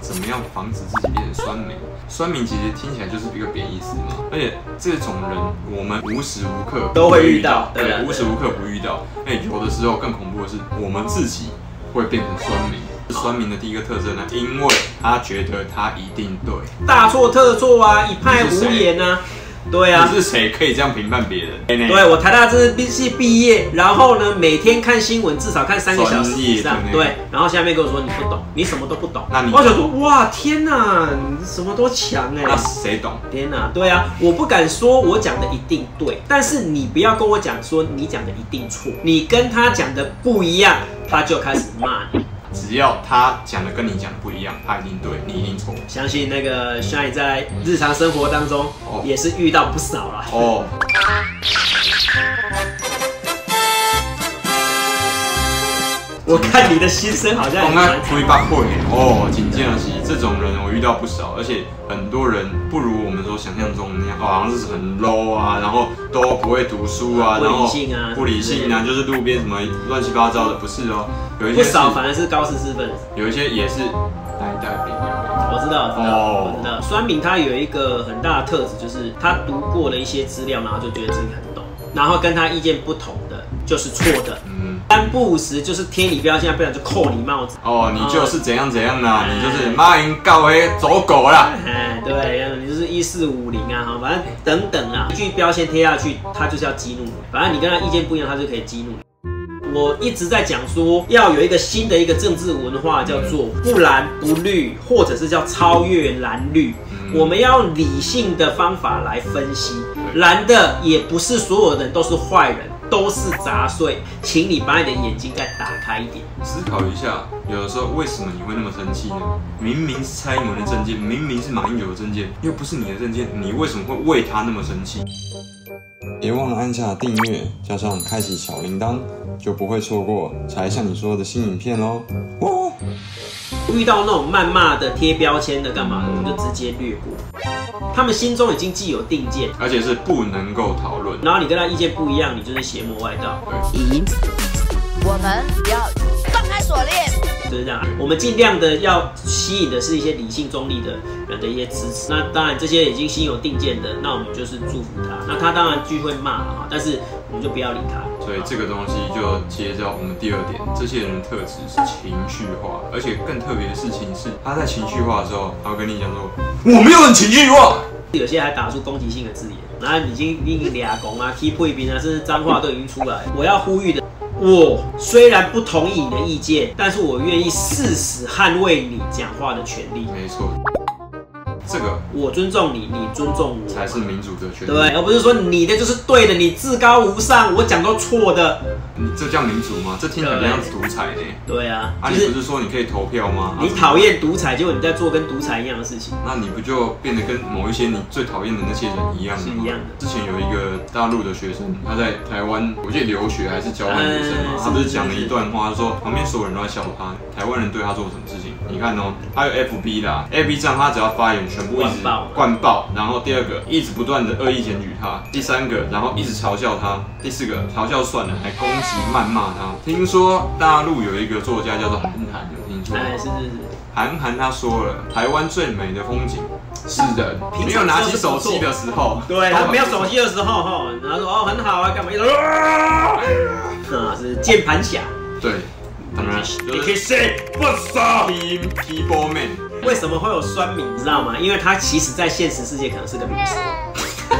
怎么样防止自己变成酸民？酸民其实听起来就是一个贬义词嘛，而且这种人我们无时无刻都会遇遇到对啊对，对无时无刻不遇到。那有的时候更恐怖的是，我们自己会变成酸民。酸民的第一个特征呢，因为他觉得他一定对。大错特错啊，一派胡言啊。对啊你，是谁可以这样评判别人？对对啊我台大这毕系毕业，然后呢，每天看新闻至少看三个小时以上专业的，对，然后下面跟我说你不懂，你什么都不懂，那你我想说哇天哪，你什么都强哎、那谁懂？天哪、对啊，我不敢说我讲的一定对，但是你不要跟我讲说你讲的一定错，你跟他讲的不一样，他就开始骂你。只要他讲的跟你讲的不一样，他一定对，你一定错。相信那个 Shine 在日常生活当中哦也是遇到不少啦。哦，我看你的心声好像刚也刚蛮推八会哦，紧接而起，这种人我遇到不少，而且很多人不如我们所想象中那样，哦好像是很 low 啊，然后都不会读书啊，不然后理性啊不理性啊，就是路边什么乱七八糟的，不是哦，有一不些是少，反而是高知识分子。有一些也是呆呆扁扁。我知道，我知道，哦我知道。酸敏他有一个很大的特质，就是他读过了一些资料，然后就觉得自己很懂，然后跟他意见不同的就是错的，嗯，三不五时就是贴你标签，不然就扣你帽子。哦，你就是怎样怎样啦，嗯你就是骂人告为走狗啦。哎，对，你就是一四五零啊，哈，反正等等啊，一句标签贴下去，他就是要激怒你。反正你跟他意见不一样，他就可以激怒你。我一直在讲说，要有一个新的一个政治文化，叫做嗯不蓝不绿，或者是叫超越蓝绿。嗯我们要用理性的方法来分析，对蓝的也不是所有人都是坏人，都是杂碎，请你把你的眼睛再打开一点。思考一下，有的时候为什么你会那么生气呢？明明是蔡英文的证件，明明是马英九的证件，又不是你的证件，你为什么会为他那么生气？别忘了按下订阅，加上开启小铃铛，就不会错过才向你说的新影片哦喽。哇！遇到那种谩骂的、贴标签的、干嘛嗯的，我们就直接略过。他们心中已经既有定见，而且是不能够讨论。然后你跟他意见不一样，你就是邪魔外道，我们要放开锁链。就是这样。啊我们尽量的要吸引的是一些理性中立的人的一些支持。那当然，这些已经心有定见的，那我们就是祝福他。那他当然聚会骂了哈，但是我们就不要理他。所以这个东西就接到我们第二点，这些人的特质是情绪化，而且更特别的事情是，他在情绪化的时候，他会跟你讲说：“我没有很情绪化。”有些还打出攻击性的字眼，然后已经已经俩拱啊、踢贵宾啊，甚至脏话都已经出来了。我要呼吁的，我虽然不同意你的意见，但是我愿意誓死捍卫你讲话的权利。没错，这个我尊重你，你尊重我，才是民主的权利。对，而不是说你的就是对的，你至高无上，我讲都错的。你这叫民主吗？这听起来像独裁呢、对啊，啊，就你是不是啊说你可以投票吗？你讨厌独裁，结果你在做跟独裁一样的事情。那你不就变得跟某一些你最讨厌的那些人一样了吗是一样的之前有一个大陆的学生，他在台湾，我记得留学还是交换学生嘛嗯，他不是是是讲了一段话，他说旁边所有人都在笑他，台湾人对他做什么事情？你看哦，他有 FB 啦，FB 上他只要发言，全部一直灌爆灌爆，然后第二个一直不断的恶意检举他，第三个然后一直嘲笑他，第四个嘲笑算了，还攻击谩骂他。听说大陆有一个作家叫做韩寒，有听说吗？哎，是是是，韩寒他说了，台湾最美的风景是人，平常没有拿起手机的时候，对，他他没有手机的时候哈，然后说哦很好啊，干嘛？一直啊， 啊是键盘侠。对，当然就是 say 不少。 team people man，为什么会有酸民，你知道吗？因为他其实在现实世界可能是个律师，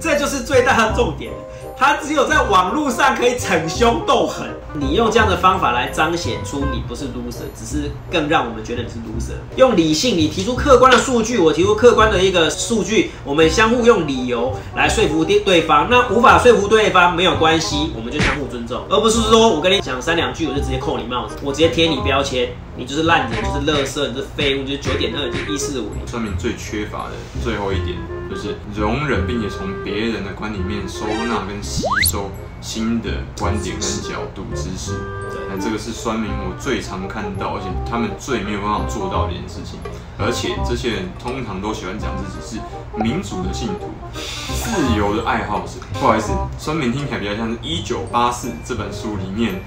这就是最大的重点。他只有在网络上可以逞凶斗狠，你用这样的方法来彰显出你不是 loser，只是更让我们觉得你是 loser。用理性，你提出客观的数据，我提出客观的一个数据，我们相互用理由来说服对对方。那无法说服对方没有关系，我们就相互尊重，而不是说我跟你讲三两句我就直接扣你帽子，我直接贴你标签，你就是烂人，你就是垃圾，你就是废物，你就是九点二，你就是一四五零。上面最缺乏的最后一点就是容忍，并且从别人的观点里面收纳跟吸收新的观点跟角度知识。对那这个是酸民我最常看到，而且他们最没有办法做到的一件事情。而且这些人通常都喜欢讲自己是民主的信徒，自由的爱好者。不好意思，酸民听起来比较像是《一九八四》这本书里面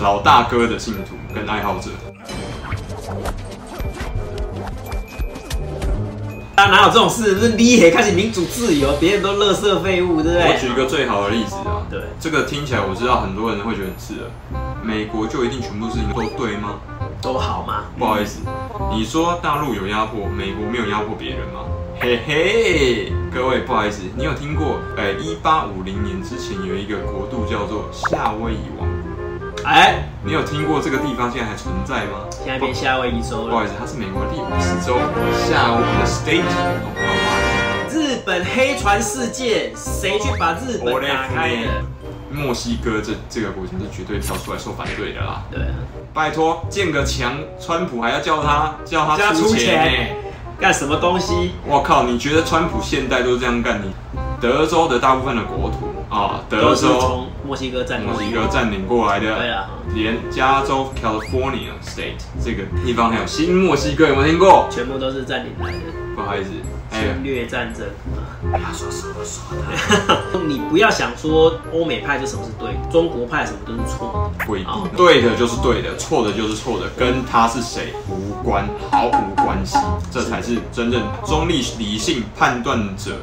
老大哥的信徒跟爱好者。啊，哪有这种事？是立黑开始民主自由，别人都垃圾废物，对不我对？举一个最好的例子啊，对，这个听起来我知道很多人会觉得很刺耳。美国就一定全部事情都对吗？都好嘛。不好意思，你说大陆有压迫，美国没有压迫别人吗？嘿嘿，各位不好意思，你有听过？呃，一八五零年之前有一个国度叫做夏威夷王国，哎，你有听过这个地方现在还存在吗？现在变夏威夷州不好了。意思，它是美国第五十州夏威夷的 state of Hawaii。日本黑船事件，谁去把日本打开的？墨西哥这这个国家是绝对跳出来说反对的啦！对啊，拜托，建个墙，川普还要叫他叫他出钱呢、干什么东西？我靠，你觉得川普现代都这样干？你德州的大部分的国土啊，都德是州、从墨西哥占领墨西哥占领过来对的，啊，连加州 California State 这个地方还有新墨西哥有没有听过？全部都是占领来的不好意思，哎还有侵略战争。哎 你不要想说欧美派就什么是对的，中国派什么都是错的。不一定哦，对的就是对的，错的就是错的，跟他是谁无关，毫无关系。这才是真正中立理性判断者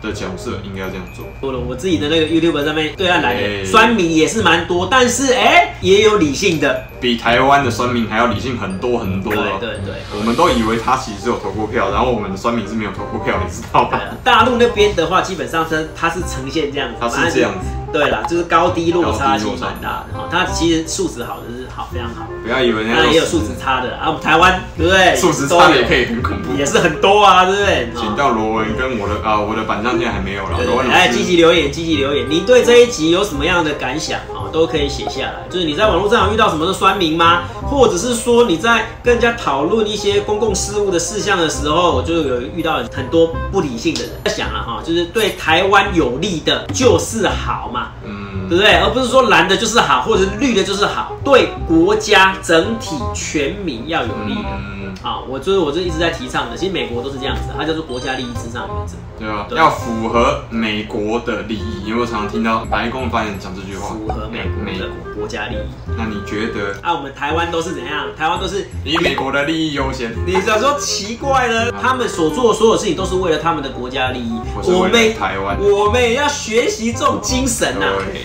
的角色应该要这样做。多了，我自己的那个 YouTube 上面对岸来的哎酸民也是蛮多，但是哎、也有理性的。比台湾的酸民还要理性很多很多对了。对对。我们都以为他其实是有投过票，然后我们的酸民是没有投过票，你知道对吧？啊大陆那边的话，基本上它它是呈现这样子，他是这样子，对啦，就是高低落差高低其实落差蛮大的。哦，它其实素质好的是好非常好，不要以为人当家然都呃也有素质差的啊。我们台湾对不对？素质差的也可以，以很恐怖。也是很多啊，对不对？请到罗文跟我的啊，我的板上现在还没有了。对罗文对老哎，师积极留言，积极留言，你对这一集有什么样的感想啊、哦？都可以写下来。就是你在网络上有遇到什么的酸民吗？或者是说你在跟人家讨论一些公共事务的事项的时候，就有遇到很多不理性的人。在想啊，哈、就是对台湾有利的就是好嘛，对嗯，不对？而不是说蓝的就是好，或者是绿的就是好，对国家整体全民要有利的。嗯，啊、我就是我就一直在提倡的，其实美国都是这样子，它叫做国家利益至上原则。对吧？对啊要符合美国的利益，因为我常常听到白宫发言人讲这句话。符合美国美的国家利益。那你觉得啊，我们台湾都是怎样？台湾都是以美国的利益优先？你想说奇怪呢？他们所做的所有事情都是为了他们的国家利益。嗯我是我为们了台湾。我们也要学习这种精神呐、对，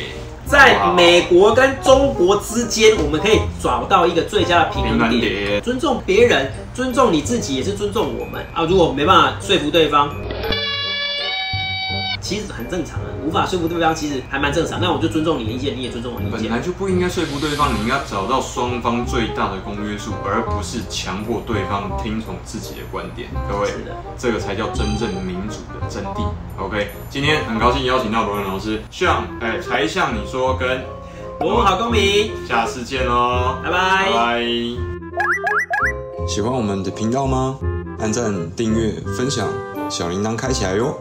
在美国跟中国之间，我们可以找到一个最佳的平平衡衡点。点。尊重别人，尊重你自己，也是尊重我们啊！如果没办法说服对方，其实很正常啊，无法说服对方，其实还蛮正常。那我就尊重你的意见，你也尊重我的意本见。来就不应该说服对方，你应该找到双方最大的公约数，而不是强迫对方听从自己的观点。各位是的，这个才叫真正民主的真谛。OK，今天很高兴邀请到罗文老师，向哎才向你说跟，我们好公民。下次见喽，拜拜拜。喜欢我们的频道吗？按赞、订阅、分享，小铃铛开起来哟。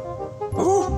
哦